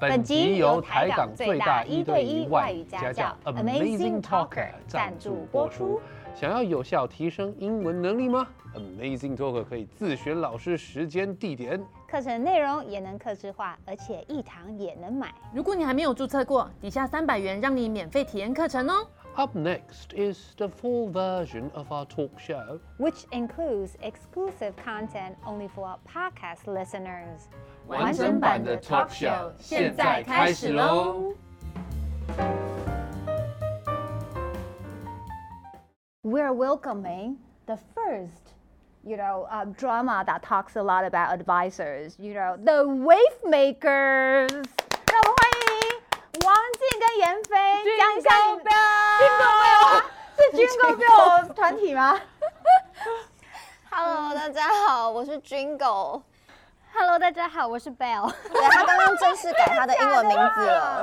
本集由台港最大一对一外语家教 Amazing Talker 赞助播出。想要有效提升英文能力吗？Amazing Talker 可以自选老师、时间、地点。课程内容也能客制化，而且一堂也能买。如果你还没有注册过，底下三百元让你免费体验课程哦。 Up next is the full version of our talk show. which includes exclusive content only for podcast listeners. 完整版的 talk show 现在开始喽！ We're welcoming the first, you know, uh, drama that talks a lot about advisors, you know, the wave makers. 让我们欢迎王静跟闫飞、江香、是军工表团体吗？嗯 Hello，大家好，我是 Jingle。 Hello，大家好，我是 Bell。对他刚刚正式改他的英文名字了。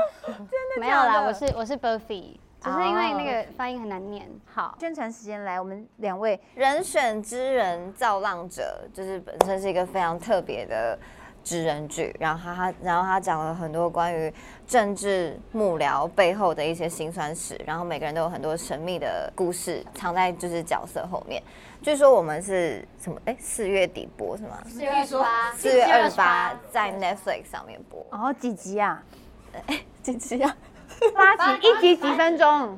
没有啦，我是我是 Buffy，只是因为那个发音很难念。哦好，宣传时间来，我们两位人选之人造浪者，就是本身是一个非常特别的职人剧，然后他然后他讲了很多关于政治幕僚背后的一些辛酸史，然后每个人都有很多神秘的故事藏在就是角色后面。据说我们是什么？哎，四月底播是吗？四月二十八，四月二十八在 Netflix 上面 播。哦几集啊？这这啊样。八集，一集几 分钟？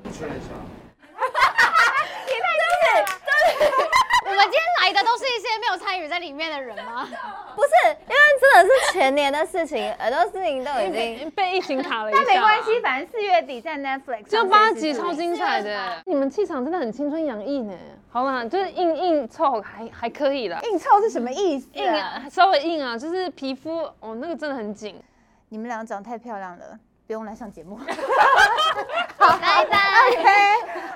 我们今天来的都是一些没有参与在里面的人吗？不是，因为真的是全年的事情，很多事情都 已经被疫情卡了一下，但没关系，反正四月底在 Netflix 就上八线集是超不是精彩的，你们气场真的很青春洋溢呢。好啦，就是硬硬凑还还可以啦，硬凑是什么意思？硬啊，稍微硬啊，就是皮肤哦那个真的很紧。你们两个长得太漂亮了，不用来上节 目。拜拜。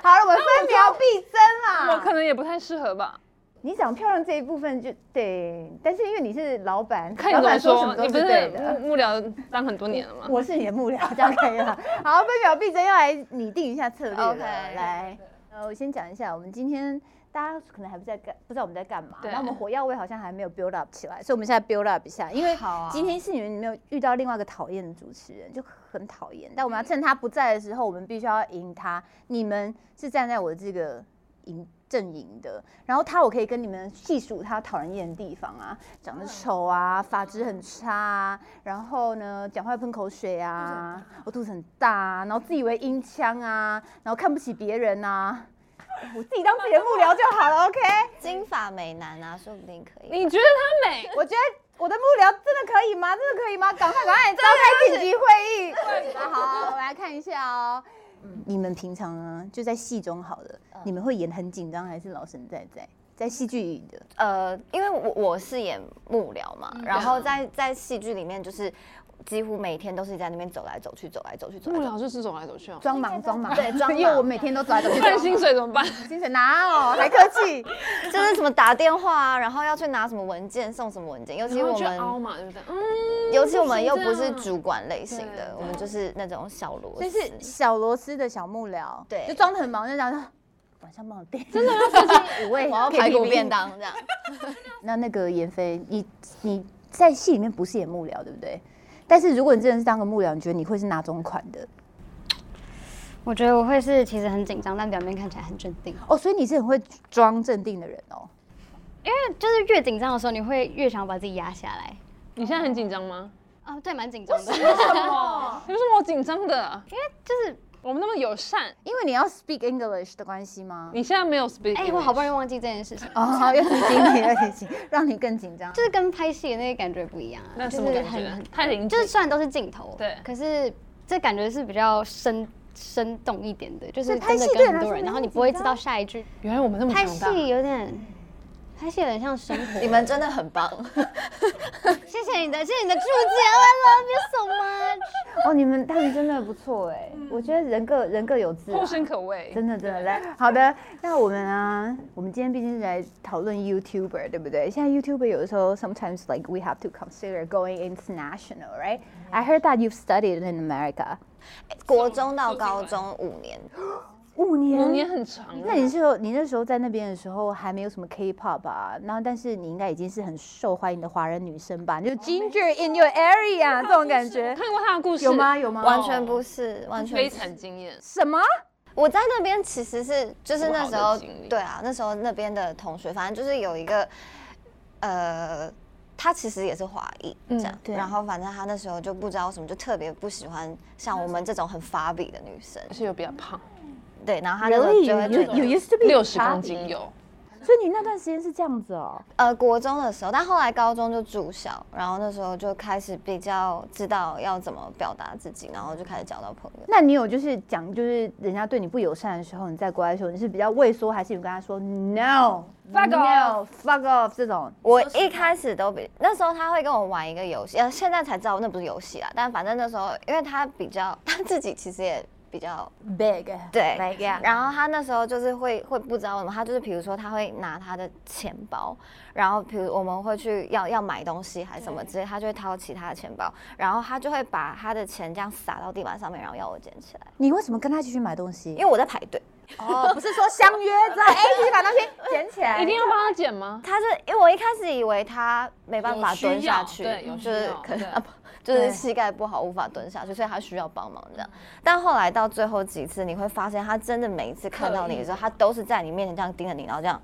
好了，我们分秒必争啊我啦。可能也不太适合吧，你长漂亮这一部分就对，但是因为你是老板，看你老怎么板什说么，都你是不对是的。幕幕僚当很多年了 吗？我是你的幕僚，这样可以了。 好，分秒必争，要来拟定一下策略了。 OK 来，呃，我先讲一下，我们今天大家可能还不在干，不知道我们在干嘛。对那我们火药味好像还没有 build up 起来，所以我们现在 build up 一下，因为今天是你们没有遇到另外一个讨厌的主持人，就很讨厌。但我们要趁他不在的时候，我们必须要赢他。你们是站在我这个赢阵营的，然后他我可以跟你们细数他讨人厌的地方啊，长得丑啊，发质很差啊，然后呢讲话喷口水啊，我肚子很大啊，然后自以为音腔啊，然后看不起别人啊。我自己当自己的幕僚就好了，OK？金发美男啊，说不定可以。你觉得她美？ 我觉得我的幕僚真的可以吗？ 真的可以吗？赶快赶快召开紧急会议！好，我来看一下哦。嗯你们平常啊，就在戏中好了，你们会演很紧张还是老神在在？在戏剧里的呃，因为我我是演幕僚嘛，然后在在戏剧里面就是几乎每天都是在那边走来走去，走来走去，走来幕走去。僚就是走来走去哦，装忙装忙，对装 忙因为我每天都走来走去不，然薪水怎么办？精神哪 哦，还客气。就是什么打电话啊，然后要去拿什么文件，送什么文件。尤其然后我就凹们，嘛，对不对？嗯，尤其我们又不这是样主管类型对的，我们就是那种小螺这丝。是小螺丝的小幕僚，对就装得很忙，就讲说 晚上帮我订，真的五味我要排骨便。当这样。 那那个妍飞，你你在戏里面不是演幕僚，对不对？但是如果你真的是当个幕僚，你觉得你会是哪种款的？我觉得我会是其实很紧张，但表面看起来很镇定。哦，所以你是很会装镇定的人哦。因为就是越紧张的时候，你会越想要把自己压下来。你现在很紧张吗？哦，对，蛮紧张的， 有什么好紧张的？就是我们那么友善，因为你要 speak English 的关系吗？你现在没有 speak。哎，我好不容易忘记这件事情， 哦，要提醒你，要提 醒，让你更紧张就。是跟拍戏的那个感觉不一样啊。那就什么是感很觉很太临近就是虽然都是镜头，对可是这感觉是比较生生动一点的，就是对拍真的戏对跟很来多说人，没然后那你么不会紧知道张下一句。嗯原来我们那么拍强大。戏有点，拍戏有点像生活。你们真的很棒，谢谢你的，谢谢你的注解，I love you so much。哦，你们他们真的不错哎，我觉得人各人各有志啊后生可畏。真的真的来，好的，那我们啊，我们今天毕竟是来讨论 YouTuber，对不对？现在 YouTuber 有的时候 sometimes like we have to consider going international, right? I heard that you've studied in America. 国中到高中五年，五年，五年很长啊了。那你是有你那时候在那边的时候还没有什么 K-pop 啊，然后但是你应该已经是很受欢迎的华人女生吧？你就 Ginger in your area 这种感觉，看过他的故事有吗？有吗？哦哦完全不是，完全非不是常惊艳。什么？我在那边其实是就是那时不好候的经历，对啊，那时候那边的同学，反正就是有一个，呃，他其实也是华裔嗯这样，对然后反正他那时候就不知道什么，就特别不喜欢像我们这种很发比的女生，而且又比较胖，对，然后啊他那时候 Really? 就会 You 觉 you 得， used to be 六十 chubby 公斤有。所以你那段时间是这样子哦。呃，国中的时候，但后来高中就住校，然后那时候就开始比较知道要怎么表达自己，然后就开始交到朋友。那你有就是讲就是人家对你不友善的时候，你在国外的时候，你是比较畏缩，还是你跟他说 no Fuck no fuck off 这种？我一开始都比那时候他会跟我玩一个游戏，呃，现在才知道那不是游戏啊。但反正那时候，因为他比较他自己其实也比较 big 对 like yeah 然后他那时候就是会会不知道为什么，他就是比如说他会拿他的钱包，然后比如我们会去要要买东西还是什么之类，他就会掏起他的钱包，然后他就会把他的钱这样撒到地板上面，然后要我捡起来，你为什么跟他一起去买东西？因为我在排队。哦，不是说相约在哎，一起把东西捡起来一定要帮他剪吗？他就因为我一开始以为他没办法蹲下去，有需要对有需就是要可能对他 就对是膝盖不好无法蹲下去，所以他需要帮忙这样。嗯但后来到最后几次，你会发现他真的每一次看到你的时候，他都是在你面前这样盯着你，然后这样。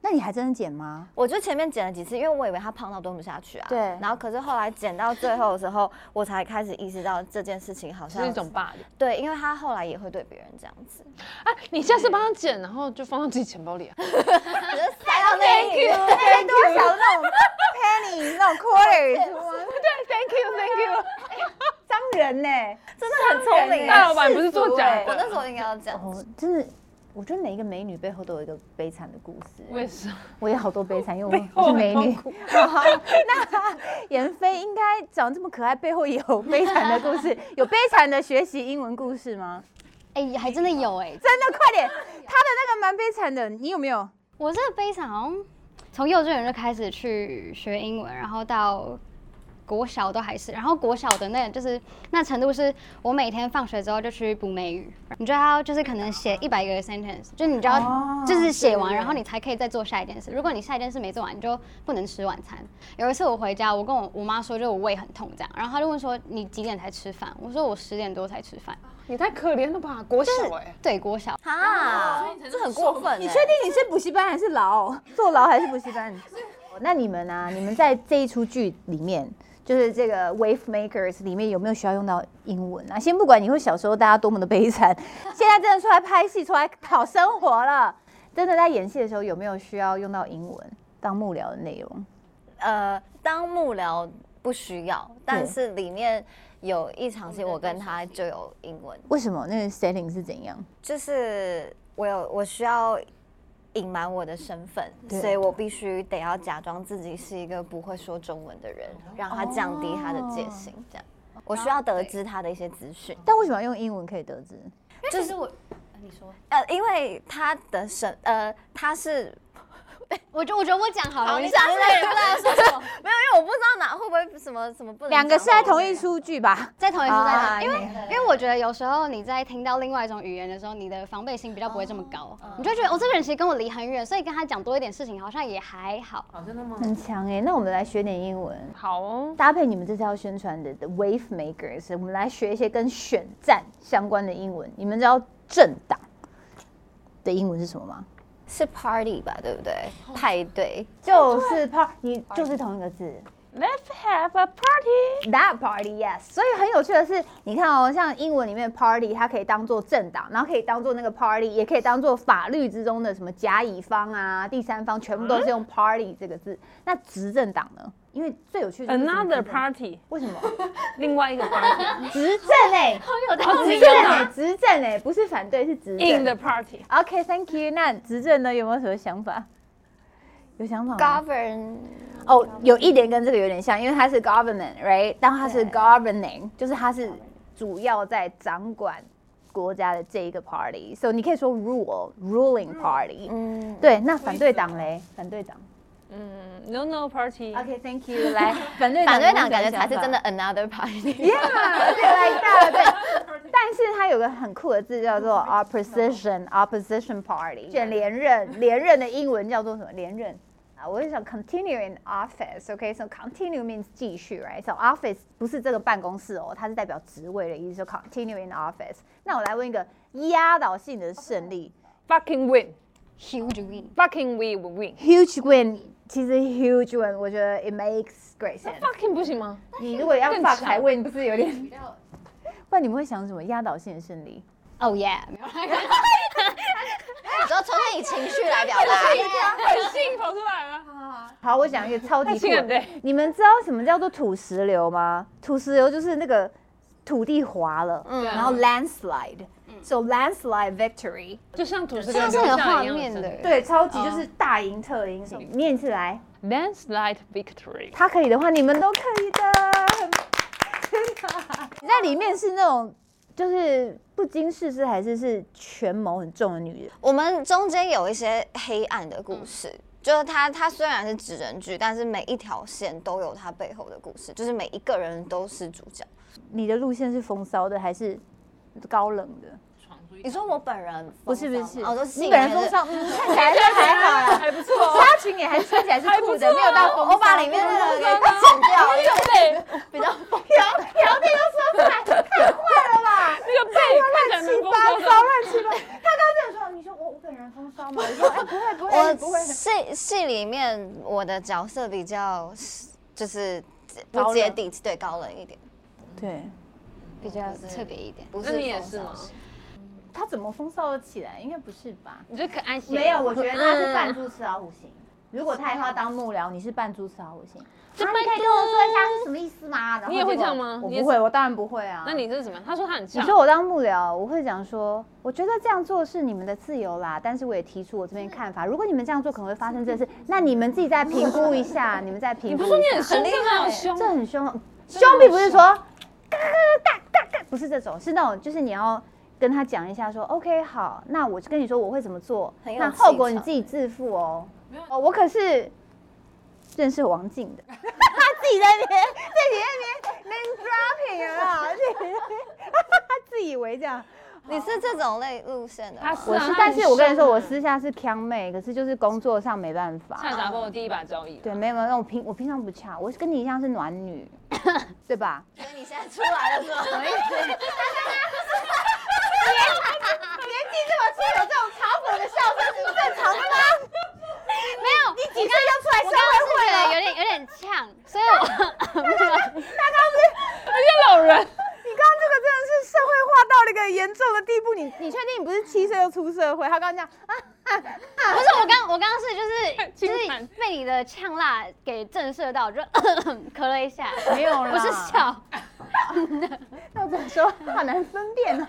那你还真的捡吗？我就前面剪了几次，因为我以为他胖到蹲不下去啊。对然后可是后来剪到最后的时候，我才开始意识到这件事情好像是一种霸凌。对，因为他后来也会对别人这样 子，哎，你下次帮他剪，然后就放到自己钱包里啊。只 是塞到那一句。太多小那种哎 penny 那种 quarter 出吗？ Thank you, thank you。 伤人呢、真的很聪明大啊。老板不是做假我那的，时候应该要 这样子。哦，真的，我觉得每一个美女背后都有一个悲惨的故事。我也是。我也好多悲惨，因为我我是美女。 好，那妍飞应该长这么可爱，背后也有悲惨的故 事，有悲惨的学习英文故事吗？ 哎，还真的有哎、真的，快点，他的那个蛮悲惨的，你有没有？我这个悲惨好像从幼稚园就开始去学英文，然后到国小都还是，然后国小的那就是那程度是我每天放学之后就去补美语，你就要就是可能写一百个 sentence，就你就要哦就是写完，对然后你才可以再做下一件事。如果你下一件事没做完，你就不能吃晚餐。有一次我回家，我跟我我妈说，就我胃很痛这样，然后她就问说你几点才吃饭？我说我十点多才吃饭。你太可怜了吧，国小哎。对，国小啊，这很过分、欸。你确定你是补习班还是牢？坐牢还是补习班？ 那你们呢、啊你们在这一出剧里面，就是这个 Wave Makers 里面有没有需要用到英文啊？先不管你会小时候大家多么的悲惨，现在真的出来拍戏、出来讨生活了，真的在演戏的时候有没有需要用到英文当幕僚的内容？呃，当幕僚不需要，但对是里面有一场戏，我跟他就有英文，为什么那个 setting 是怎样？就是我有我需要隐瞒我的身份，对所以我必须得要假装自己是一个不会说中文的人，让他降低他的哦戒心，这样。我需要得知他的一些资讯，但为什么要用英文可以得知？就是我，你说，呃，因为他的身呃，他是我觉我觉得我讲好了，好我你想讲那个人不知道要说什么。没有，因为我不知道哪会不会什么什么不能两个是在讲话同一出剧吧？在同一出在同啊一，因为因为我觉得有时候你在听到另外一种语言的时候，你的防备心比较不会这么高，你就觉得哦，这个人其实跟我离很远，所以跟他讲多一点事情好像也还好。很强哎、那我们来学点英文。好哦，搭配你们这次要宣传的 The Wave Makers，我们来学一些跟选战相关的英文。你们知道政党的英文是什么吗？是 party 吧，对不对？派对。就是怕你就是同一个字。Let's have a party. That party, yes. 所以很有趣的是，你看哦，像英文里面 party，它可以当做政党，然后可以当做那个 party，也可以当做法律之中的什么甲乙方啊、第三方，全部都是用 party 这个字。那执政党呢？因为最有趣的是什么执 Another 政 party，为什么？另外一个 party，执政哎、有道执政哎、执政哎、不是反对，是执硬政。的 party。 OK，Thank、you。那执政呢，有没有什么想法？有想法吗？ govern 哦，有一点跟这个有点像，因为它是 government，right？但它是 governing，就是它是主要在掌管国家的这一个 party，所、以你可以说 rule ruling party。嗯，对，那反对党嘞？反对党嗯，No No Party。 OK，Thank you。来， 反对反对党感觉才是真的 another party。 Yeah，对，like that，对。但是它有个很酷的字叫做 opposition opposition party，选连任，连任的英文叫做什么？连任。啊，我是想 continue in office，OK，so continue means 继续，right？So office 不是这个办公室哦，它是代表职位的意思，so continue in office。那我来问一个压倒性的胜利 Fucking win，fucking huge win。 we will win。 ，huge win。其实 huge win，我觉得 it makes great sense。 Fucking 不行吗？你如果要更 fuck 强还问，不是有点？不然你们会想什么？压倒性的胜利？ Oh yeah，没有啦你说从你情绪来表达，本性跑出来了。好，我想一个超级酷太性感的了。你们知道什么叫做土石流吗？土石流就是那个土地滑了，嗯嗯啊然后 landslide，so landslide victory。就像土石这流样是很留有画下一样面声的音。。对，超级就是大赢特赢什么，念起来。 Landslide victory。他可以的话，你们都可以的。很真的啊你在里面是那种，就是不经世事，还是是权谋很重的女人？我们中间有一些黑暗的故事，就是它它虽然是纸人剧，但是每一条线都有它背后的故事，就是每一个人都是主角。你的路线是风骚的，还是高冷的？你说我本人不是不是，哦，都是你本人风骚，嗯，看起来是还好啦，还不错哦。纱裙也还穿起来是酷的，没有到风骚。我把里面那个给剪掉，因为对，比较疯。条件都说出来，太坏了吧？那个背看起来七很八风糟，骚的。乱七八糟。他刚这样说，你说我我本人风骚吗？我说哎，不会不会不我会。戏戏里面我的角色比较就是高不冷接地气，对，高冷一点。对，比较特别一点。不那是你也风是骚吗？他怎么风骚了起来？应该不是吧？你就可爱些。没有，我觉得他是扮猪吃老虎型。如果他以后要当幕僚，你是扮猪吃老虎型。这啊扮你可以跟我说一下是什么意思吗？然后你也会结果这样吗我你也不是会，我当然不会啊。那你是什么样？他说他很你强。说我当幕僚，我会讲说，我觉得这样做是你们的自由啦，但是我也提出我这边看法。如果你们这样做可能会发生这事，那你们自己再评估一下，你们再评 你估不一是说下。很厉你很凶，真害的好凶。这很凶，啊凶并不是说嘎嘎嘎嘎嘎，不是这种，是那种就是你要跟他讲一下说，OK 好，那我就跟你说我会怎么做，很有那气后果你场自己自负哦。哦，我可是认识王静的，他自己在那边，自己在那边 name dropping 啊，自 己自以为这样。你是这种类路线的吗，他是我啊是，但是我跟你说，我是私下是强妹，可是就是工作上没办法。恰达帮我第一把交椅。对，没有没有，那我平我平常不恰，我是跟你一样是暖女，对吧？所以你现在出来了是吗？年纪这么轻有这种嘲讽的笑声是正常的吗？没有，你几岁就出来我社刚刚会会是觉了？得有点有点呛，所以我没有老人，你刚刚这个真的是社会化到了一个严重的地步。你你确定你不是七岁就出社会？他刚刚讲啊，不是我刚我刚刚是就是侵就是犯被你的呛辣给震慑到，我就 咳了一下，没有啦不是笑，那我只能说好难分辨 啊，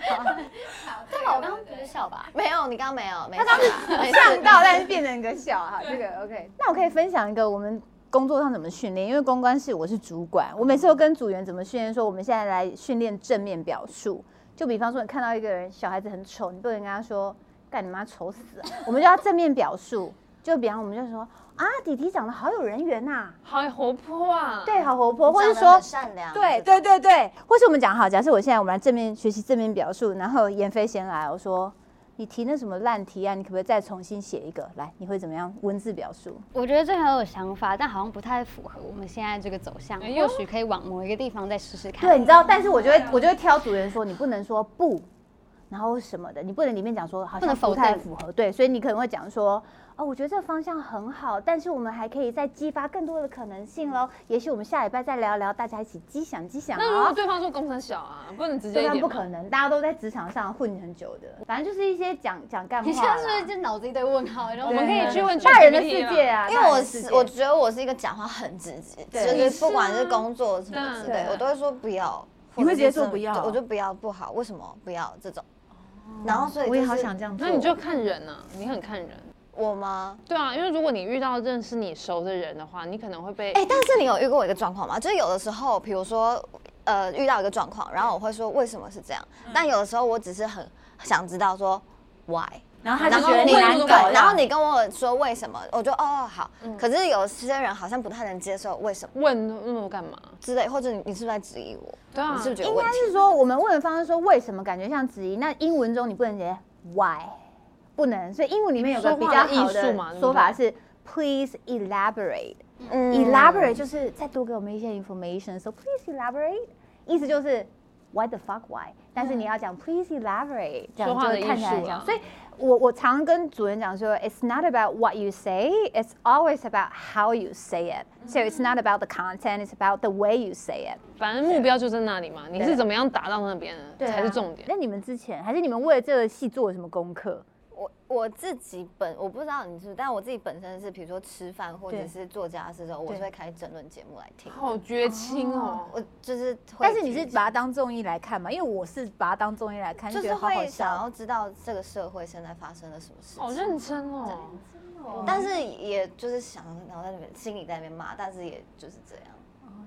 对吧？我刚刚不是笑吧？没有，你刚刚没有，没他事刚啦刚没呛事。到，但是变成一个笑哈，这个 OK。那我可以分享一个我们。工作上怎么训练？因为公关室我是主管，我每次都跟组员怎么训练说，我们现在来训练正面表述。就比方说，你看到一个人小孩子很丑，你不能跟他说“干你妈丑死了”，我们就要正面表述。就比方我们就说啊，弟弟长得好有人缘呐、好活泼啊。对，好活泼，或是长得说很善良，对对对对，或是我们讲好，假设我现在我们来正面学习正面表述，然后妍飞先来，我说你提那什么烂题啊，你可不可以再重新写一个来？你会怎么样文字表述？我觉得这很有想法，但好像不太符合我们现在这个走向，哎呦或许可以往某一个地方再试试看。对，你知道，但是我就会我就会挑组员说，你不能说不，然后什么的，你不能里面讲说好不像能不否太定符合，对，所以你可能会讲说。哦，我觉得这个方向很好，但是我们还可以再激发更多的可能性喽。也许我们下礼拜再聊聊，大家一起激想激想。那哦。如果对方说工程小啊，不能直接对一啊，点不吗？可能，大家都在职场上混很久的，反正就是一些讲讲干你现在话啦。是不是这脑子一堆问号？然我后我们们可可以以去去问问大人的世界啊，因为大我人的世是界我觉得我是一个讲话很直接，对就是你不是管是啊工作什么之类对，我都会说不要。你会直接或者是说不要哦对我就不要不好，为什么不要这种？然后所以我也就好是想这样做。那你就看人啊，你很看人。我吗？对啊，因为如果你遇到认识你熟的人的话，你可能会被哎、但是你有遇过一个状况吗？就是有的时候，比如说，呃，遇到一嗯个状况，然后我会说为什么是这样，但有的时候我只是很想知道说 why，然后他然就后觉得你问难对搞，然后你跟我说为什么，我就哦好。可是有些人好像不太能接受为什么问那么多干嘛？之类，或者你你是不是在质疑我？对啊你是不是觉得有应问该题？是说我们问的方式说为什么感觉像质疑，那英文中你不能写 why，不能，所以英文里面有个比较好说话的艺术嘛的对不对说法是 please elaborate。嗯 elaborate 就是再多给我们一些 information，so please elaborate，意思就是 why the fuck why，但是你要讲 please elaborate，这样嗯说话就的会看起来艺术啊很像啦所以我我常跟主人讲说，it's not about what you say，it's always about how you say it。So it's not about the content，it's about the way you say it。反正目标就在那里嘛，你是怎么样达到那边的才是重点。啊那你们之前还是你们为了这个戏做了什么功课？我我自己本我不知道你是不是，但我自己本身是，比如说吃饭或者对是做家事的时候，我是对会开争论节目来听。好绝情哦！我就是会但是你听是把它当综艺来看嘛？因为我是把它当综艺来看，就觉是得好好会想笑要。知道这个社会现在发生了什么事好情，认真哦，但是也就是想，然后在那边心里在那边骂，但是也就是这样。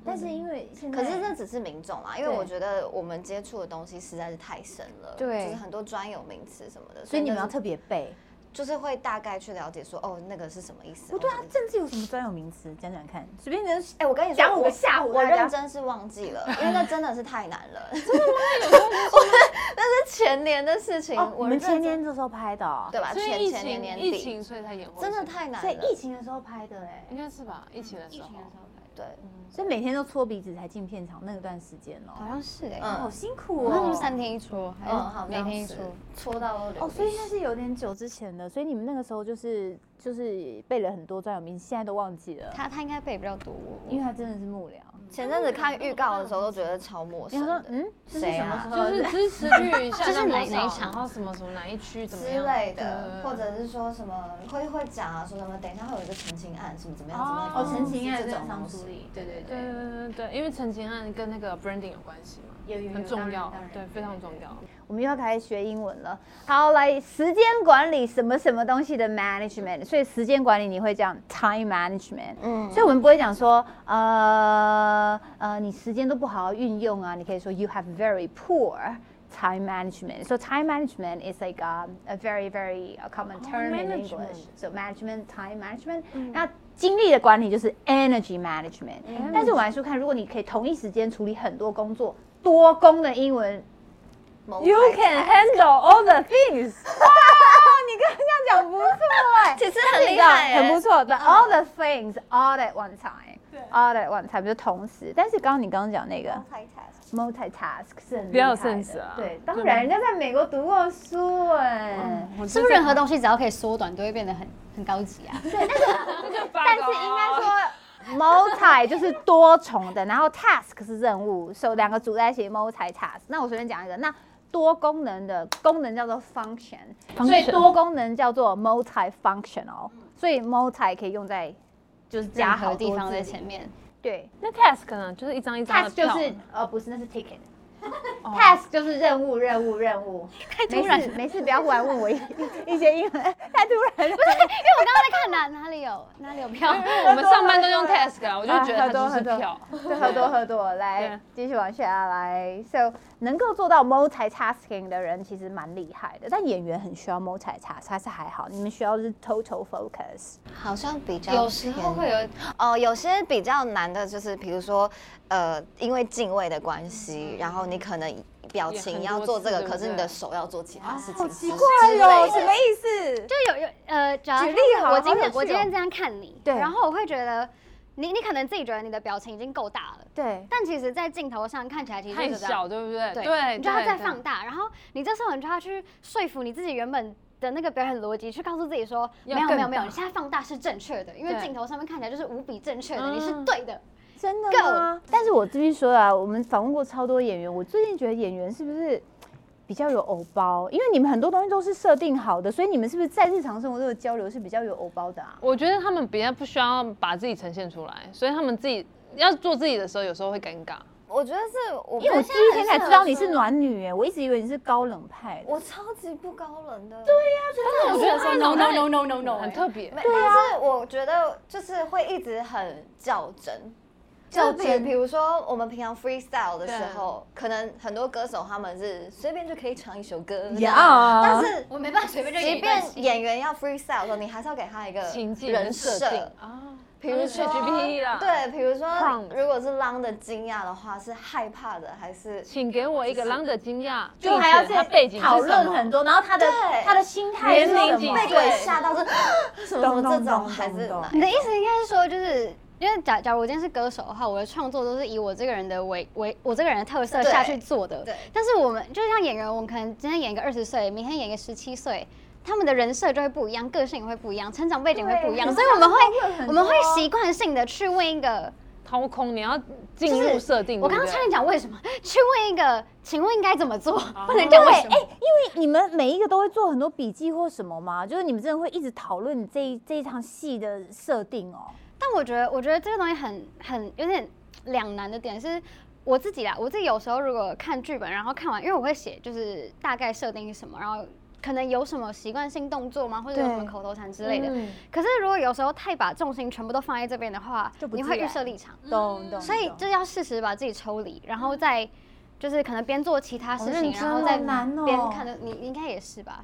但嗯是因为现在，可是这只是民众啦，因为对我觉得我们接触的东西实在是太深了，对就是很多专有名词什么的，所以你们就是要特别背。就是会大概去了解说，哦，那个是什么意思？不对啊哦这，个政治有什么专有名词？讲讲看，随便你就哎、我跟你说，讲我吓唬我大家认真是忘记了，因为那真的是太难了。 真的吗？我 那是前年的事情，哦，我我们认前真年的时候拍的、哦，对，吧？所啊前以疫前年情年疫底，情，所以才演过真的一次太难所以了疫。情的时候拍的哎、应该是吧？疫情的时候，对，所以每天都搓鼻子才进片场那段时间好哦，像是哎、嗯好辛苦我看他哦们。三天一出，嗯，还好是像每天一是出，搓到都流哦，所以鼻那血是有点久之前的，所以你们那个时候就是就是背了很多专有名词，现在都忘记了，他他应该背比较多。因为他真的是幕僚。前阵子看预告的时候都觉得超陌你生想说的，，嗯，这是谁什么啊时候？就是支持率下降多少，然后什么什么哪一区怎么之样类的，或对对者对是说什么会会讲啊，说什么等一下会有一个陈情案，什么怎么样怎么样，哦，陈情啊案这这种上东处西，理，对对对对对对对，因为陈情案跟那个 branding 有关系嘛，有有有很重要当然当，然对，非常重要。我们又要开始学英文了。好，来时间管理什么什么东西的 management，所以时间管理你会讲 time management，嗯，所以我们不会讲说呃呃你时间都不好好运用啊，你可以说 you have very poor。Time management. So time management is like a, a very very uh, common term in management. English. So management, time management. 那精力的管理就是嗯 energy management。但是我们来说看，如果你可以同一时间处理很多工作，多工的英文谋 You 财 can handle all the things 。哇， 你刚刚讲不错哎，其实很厉害耶很不错的。All the things, all at one time, all at one time 就同时。但是刚刚你刚刚讲那个 multitask multitask 是很哦比较有厉害的 sense 啊对，当然人家在美国读过书嗯哎，是不是任何东西只要可以缩短，都会变得很很高级 啊？但是啊应该说。multi 就是多重的，然后 task 是任务，所以两个组在一起 multi task。那我随便讲一个，那多功能的功能叫做 function，所以多功能叫做 multi functional，所以 multi 可以用在就是加啊任好何多地方字在里前。面，对那 task 呢，就是一张一张的，task 票就嘛，是呃不是，那是 ticket。Task 就是任务，任务，任 务。太突然没事，没事，不要忽然问我一 一些英文，太突然 了。因为我刚刚在看哪哪里有哪里有票， 我们上班都用 task 啊，我就啊觉得它就是很多票。对，喝多喝多，对来继续往下来。So 能够做到 multitasking 的人其实蛮厉害的，但演员很需要 multitask，还是还好。你们需要的是 total focus。好像比较有时偏候会 有哦，有些比较难的就是，比如说，呃，因为敬畏的关系，然后你可能表情也很多要做这个，次对不可对是你的手要做其他事情，好奇哦意思？就有有呃，假如举例好我了今好有天趣我今哦天这样看你，对然后我会觉得你你可能自己觉得你的表情已经够大了，对，但其实，在镜头上看起来其实就太是这样小，，对不对？对，你就要对再对放大，然后你这时候你就要去说服你自己原本。的那个表演逻辑，去告诉自己说，要没有更没有没有，大你现在放大是正确的，因为对镜头上面看起来就是无比正确的，你是嗯对的。真的吗？但是我必须说啊，我们访问过超多演员，我最近觉得演员是不是？比较有偶包，因为你们很多东西都是设定好的，所以你们是不是在日常生活中的交流是比较有偶包的啊？我觉得他们比较不需要把自己呈现出来，所以他们自己要做自己的时候，有时候会尴尬。我觉得是我，因为我第一天才知道你是，暖女、哎，我一直以为你是高冷派的。我超级不高冷的，对，我觉得说 no no no no no no，很特别。但是我觉得就是会一直很较真，就较比比真。如说我们平常 freestyle 的时对候，可能很多歌手他们是随便就可以唱一首歌这样，呀但是我没办法随便就演即一段戏便演员要 freestyle 的时候，你还是要给他一个情境人跟设定设，啊，比如说 GPT 啦，，对，比如说 Prompt 如果是浪的惊讶的话，是害怕的还是？请给我一个狼的惊讶，就还要并且它再背景讨论很多，多，然后他的对他的心态是年龄什几么？被鬼吓到是 什么什么这种还是咚咚咚咚 你的意思应该是说，就是因为假假如我今天是歌手的话，我的创作都是以我这个人的为为我这个人的特色对下去做的。对但是我们就像演员，我们可能今天演一个二十岁，明天演一个十七岁。他们的人设就会不一样，个性也会不一样，成长背景会不一样，对所以我们会会有很多我们会习惯性的去问一个，掏空，你要就进是入设定。我刚刚对不对差点讲为什么， 去问一个，请问应该怎么做？不能哎讲为什么。因为你们每一个都会做很多笔记或什么吗？就是你们真的会一直讨论你这一这一场戏的设定哦。但我觉得，我觉得这个东西很很有点两难的点是。我自己啦，我自己有时候如果看剧本，然后看完，因为我会写，就是大概设定是什么，然后可能有什么习惯性动作吗，或者有什么对口头禅之类的。嗯可是如果有时候太把重心全部都放在这边的话就，不你会自然预设立场，嗯懂懂。所以懂就要适时把自己抽离，然后嗯再就是可能边做其他事好认情，然哦后真再好难哦边看的，你你应该也是吧？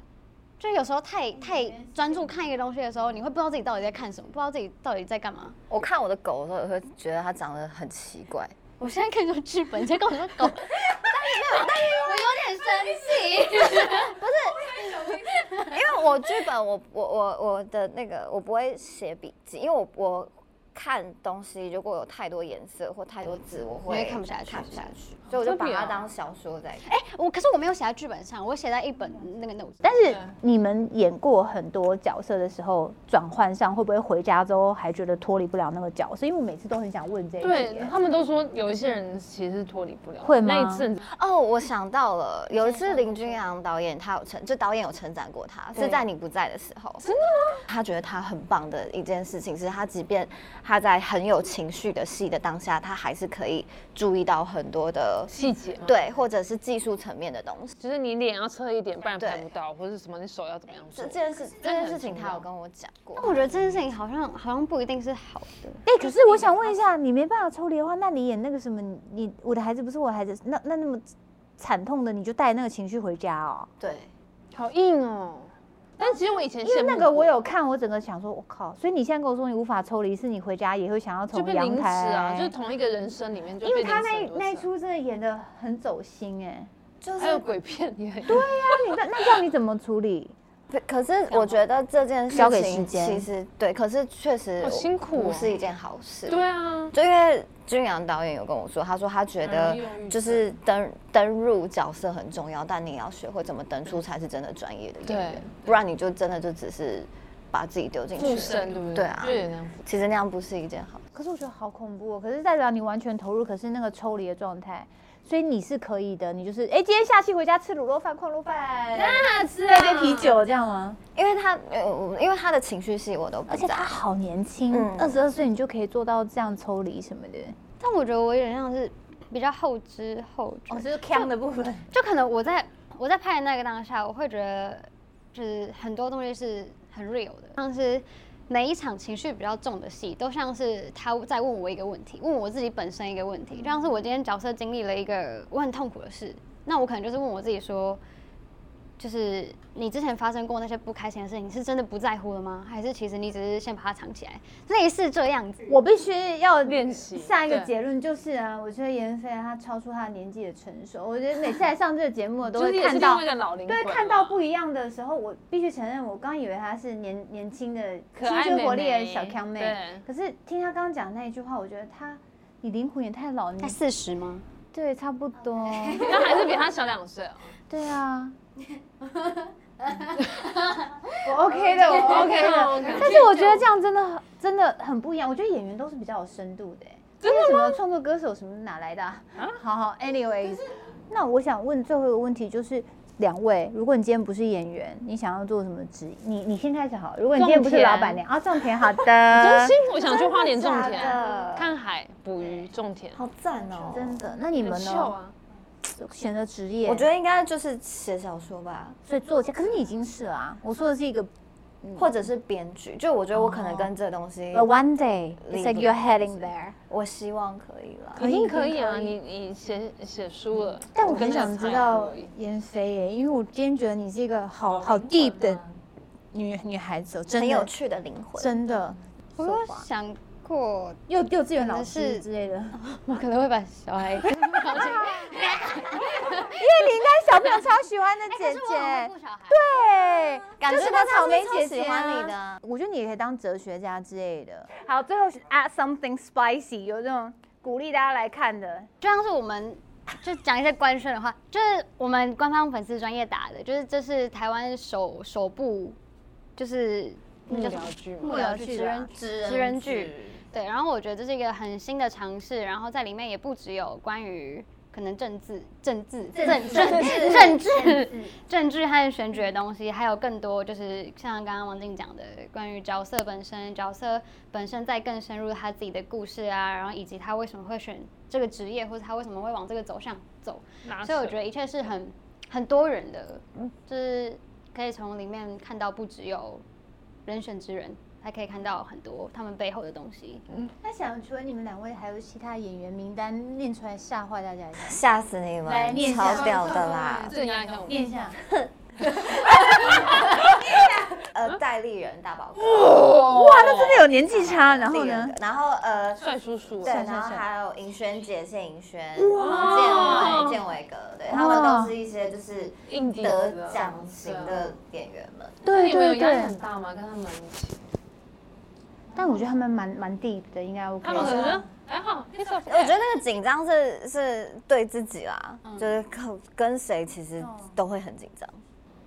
就有时候太太专注看一个东西的时候，你会不知道自己到底在看什么，不知道自己到底在干嘛。我看我的狗的时候，也会觉得它长得很奇怪。我现在看这个剧本，你在跟我说 狗，但是我有点生气。因为我剧本我我我我的那个我不会写笔记，因为我我看东西如果有太多颜色或太多字，我你会会看不下去看不下去，所以我就把特别它哦当小说在看。哎、我可是我没有写在剧本上，我写在一本嗯那个 note。但是你们演过很多角色的时候，转换上会不会回家之后还觉得脱离不了那个角色？因为我每次都很想问这一对点。他们都说有一些人其实是脱离不了，会吗那一阵子哦，我想到了，有一次林君阳导演他有称，就导演有称赞过他，是在你不在的时候。真的吗？他觉得他很棒的一件事情是，他即便他在很有情绪的戏的当下，他还是可以注意到很多的细节嗯嘛，对，或者是技术层面的东西。就是你脸要侧一点，不然对拍不到，或者是什么你手要怎么样这做这。件事，这件事情他有跟我讲过。我觉得这件事情好像好像不一定是好的。哎、可是我想问一下，你没办法抽离的话，那你演那个什么，你你我的孩子不是我的孩子，那那那么惨痛的，你就带那个情绪回家哦。对，好硬哦。但其实我以因前为羡慕那个我过有看，我整个想说，我靠！所以你现在跟我说你无法抽离，是你回家也会想要就从被阳凌迟台啊，就是同一个人生里面就因为被他凌迟那很多那一次啊出真的演的很走心哎、就还有是。鬼片也对呀，那你那那这样你怎么处理？可是我觉得这件事交给时情间其实对，可是确实好辛苦哦不是一件好事。对啊，就因为君阳导演有跟我说，他说他觉得嗯忧郁症就是登登入角色很重要，但你也要学会怎么登出才是真的专业的演员对，不然你就真的就只是把自己丢进去了附身对不对？对啊就，有点那样其实那样不是一件好。可是我觉得好恐怖哦！可是代表你完全投入，可是那个抽离的状态，所以你是可以的。你就是哎、今天下期回家吃卤肉饭、矿肉饭，那啊吃喝杯啤酒这样吗？因为他，呃因为他的情绪戏我都不而且在他，好年轻嗯，二十二岁你就可以做到这样抽离什么的。但我觉得我有点像是比较后知后觉，哦是腔的部分。就可能我在我在拍的那个当下，我会觉得就是很多东西是很 real 的，像是每一场情绪比较重的戏，都像是他在问我一个问题，问我自己本身一个问题，就像是我今天角色经历了一个我很痛苦的事，那我可能就是问我自己说。就是你之前发生过那些不开心的事情，你是真的不在乎了吗？还是其实你只是先把它藏起来，类似这样子？我必须要练习下一个对结论就是啊，我觉得妍霏啊她超出她的年纪的成熟。我觉得每次来上这个节目，我都就是会也是看另到外一个嗯老灵对，魂，啊看到不一样的时候，我必须承认，我刚以为她是年年轻的、可青爱春活妹力的妹小康妹对。可是听她刚刚讲那一句话，我觉得她，你灵魂也太老，你才四十吗？对，差不多。那还是比他小两岁啊。对啊， 我 OK 的，我 OK 的。但是我觉得这样真的很真的很不一样。我觉得演员都是比较有深度的、欸，真的什么创作歌手什么哪来的、啊？好好，anyways，那我想问最后一个问题就是。两位，如果你今天不是演员，你想要做什么职业？你你先开始好了。如果你今天不是种田老板娘啊，种田好的， 真心，我想去花莲种真的假的田，看海、捕鱼、种田，好赞哦！真的。那你们秀呢？啊！选择职业，我觉得应该就是写小说吧，所以作家，可是你已经是了啊。我说的是一个或者是编剧，就我觉得我哦可能跟这东西 But one day, it's 理 like 解 you're heading there。我希望可以啦。一定可以啊！你你写写书了，但我跟啊很你想知猜道而已妍霏耶，因为我今天觉得你是一个好好 deep 的女女孩子哦，真很有的趣的灵魂，真的。我有想过，幼幼稚园老可能师是之类 的，我可能会把小孩 搞成因为你应该小朋友超喜欢的姐哎可是我姐很会，顾小孩。对，感觉就是他那草莓超姐喜姐欢啊你的啊我觉得你也可以当哲学家之类的。好，最后 add something spicy，有这种鼓励大家来看的，就像是我们就讲一些官宣的话，就是我们官方粉丝专业打的，就是这是台湾首首部，就是幕那叫什么僚剧嘛幕僚剧幕僚剧职啦人职人剧，对。然后我觉得这是一个很新的尝试，然后在里面也不只有关于可能政治、政治、政 政治、政治、政治和选举的东西，还有更多就是像刚刚王静讲的，关于角色本身，角色本身再更深入他自己的故事啊，然后以及他为什么会选这个职业，或者他为什么会往这个走向走。拿所以我手觉得一切是很很多人的，就是可以从里面看到不只有人选之人，还可以看到很多他们背后的东西。那想除了你们两位，还有其他演员名单念出来吓坏大家一下。吓死你来们念，一下超屌的啦！镇压一下我们。念一下，呃，嗯戴立人大宝哥，哇，那真的有年纪差。哦然后立呢人？然后呃，帅叔叔，对，帅帅然后帅还有尹轩姐、谢尹轩、建伟、建伟哥，对他们哇都是一些就是应景得的奖型啊的演员们。那对你们啊有对压力很对，大吗？跟他们一起，但我觉得他们蛮蛮 deep 的，应该 OK。他们可能觉得还好，那时候 我觉得那个紧张是是对自己啦，就是跟跟谁其实都会很紧张。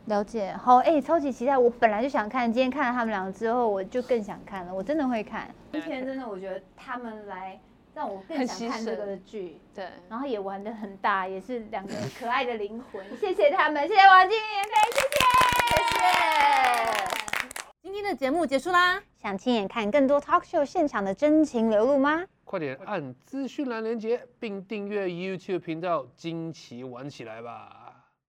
了解，好，哎、超级期待！我本来就想看，今天看了他们两个之后，我就更想看了，我真的会看。今天真的，我觉得他们来让我更很想牺看这牲个剧，对，然后也玩的很大，也是两个可爱的灵 魂。谢谢他们，谢谢王晶、妍霏，谢谢，谢谢。今天的节目结束啦，想亲眼看更多 talk show 现场的真情流露吗？快点按资讯栏连接，并订阅 YouTube 频道，惊奇玩起来吧！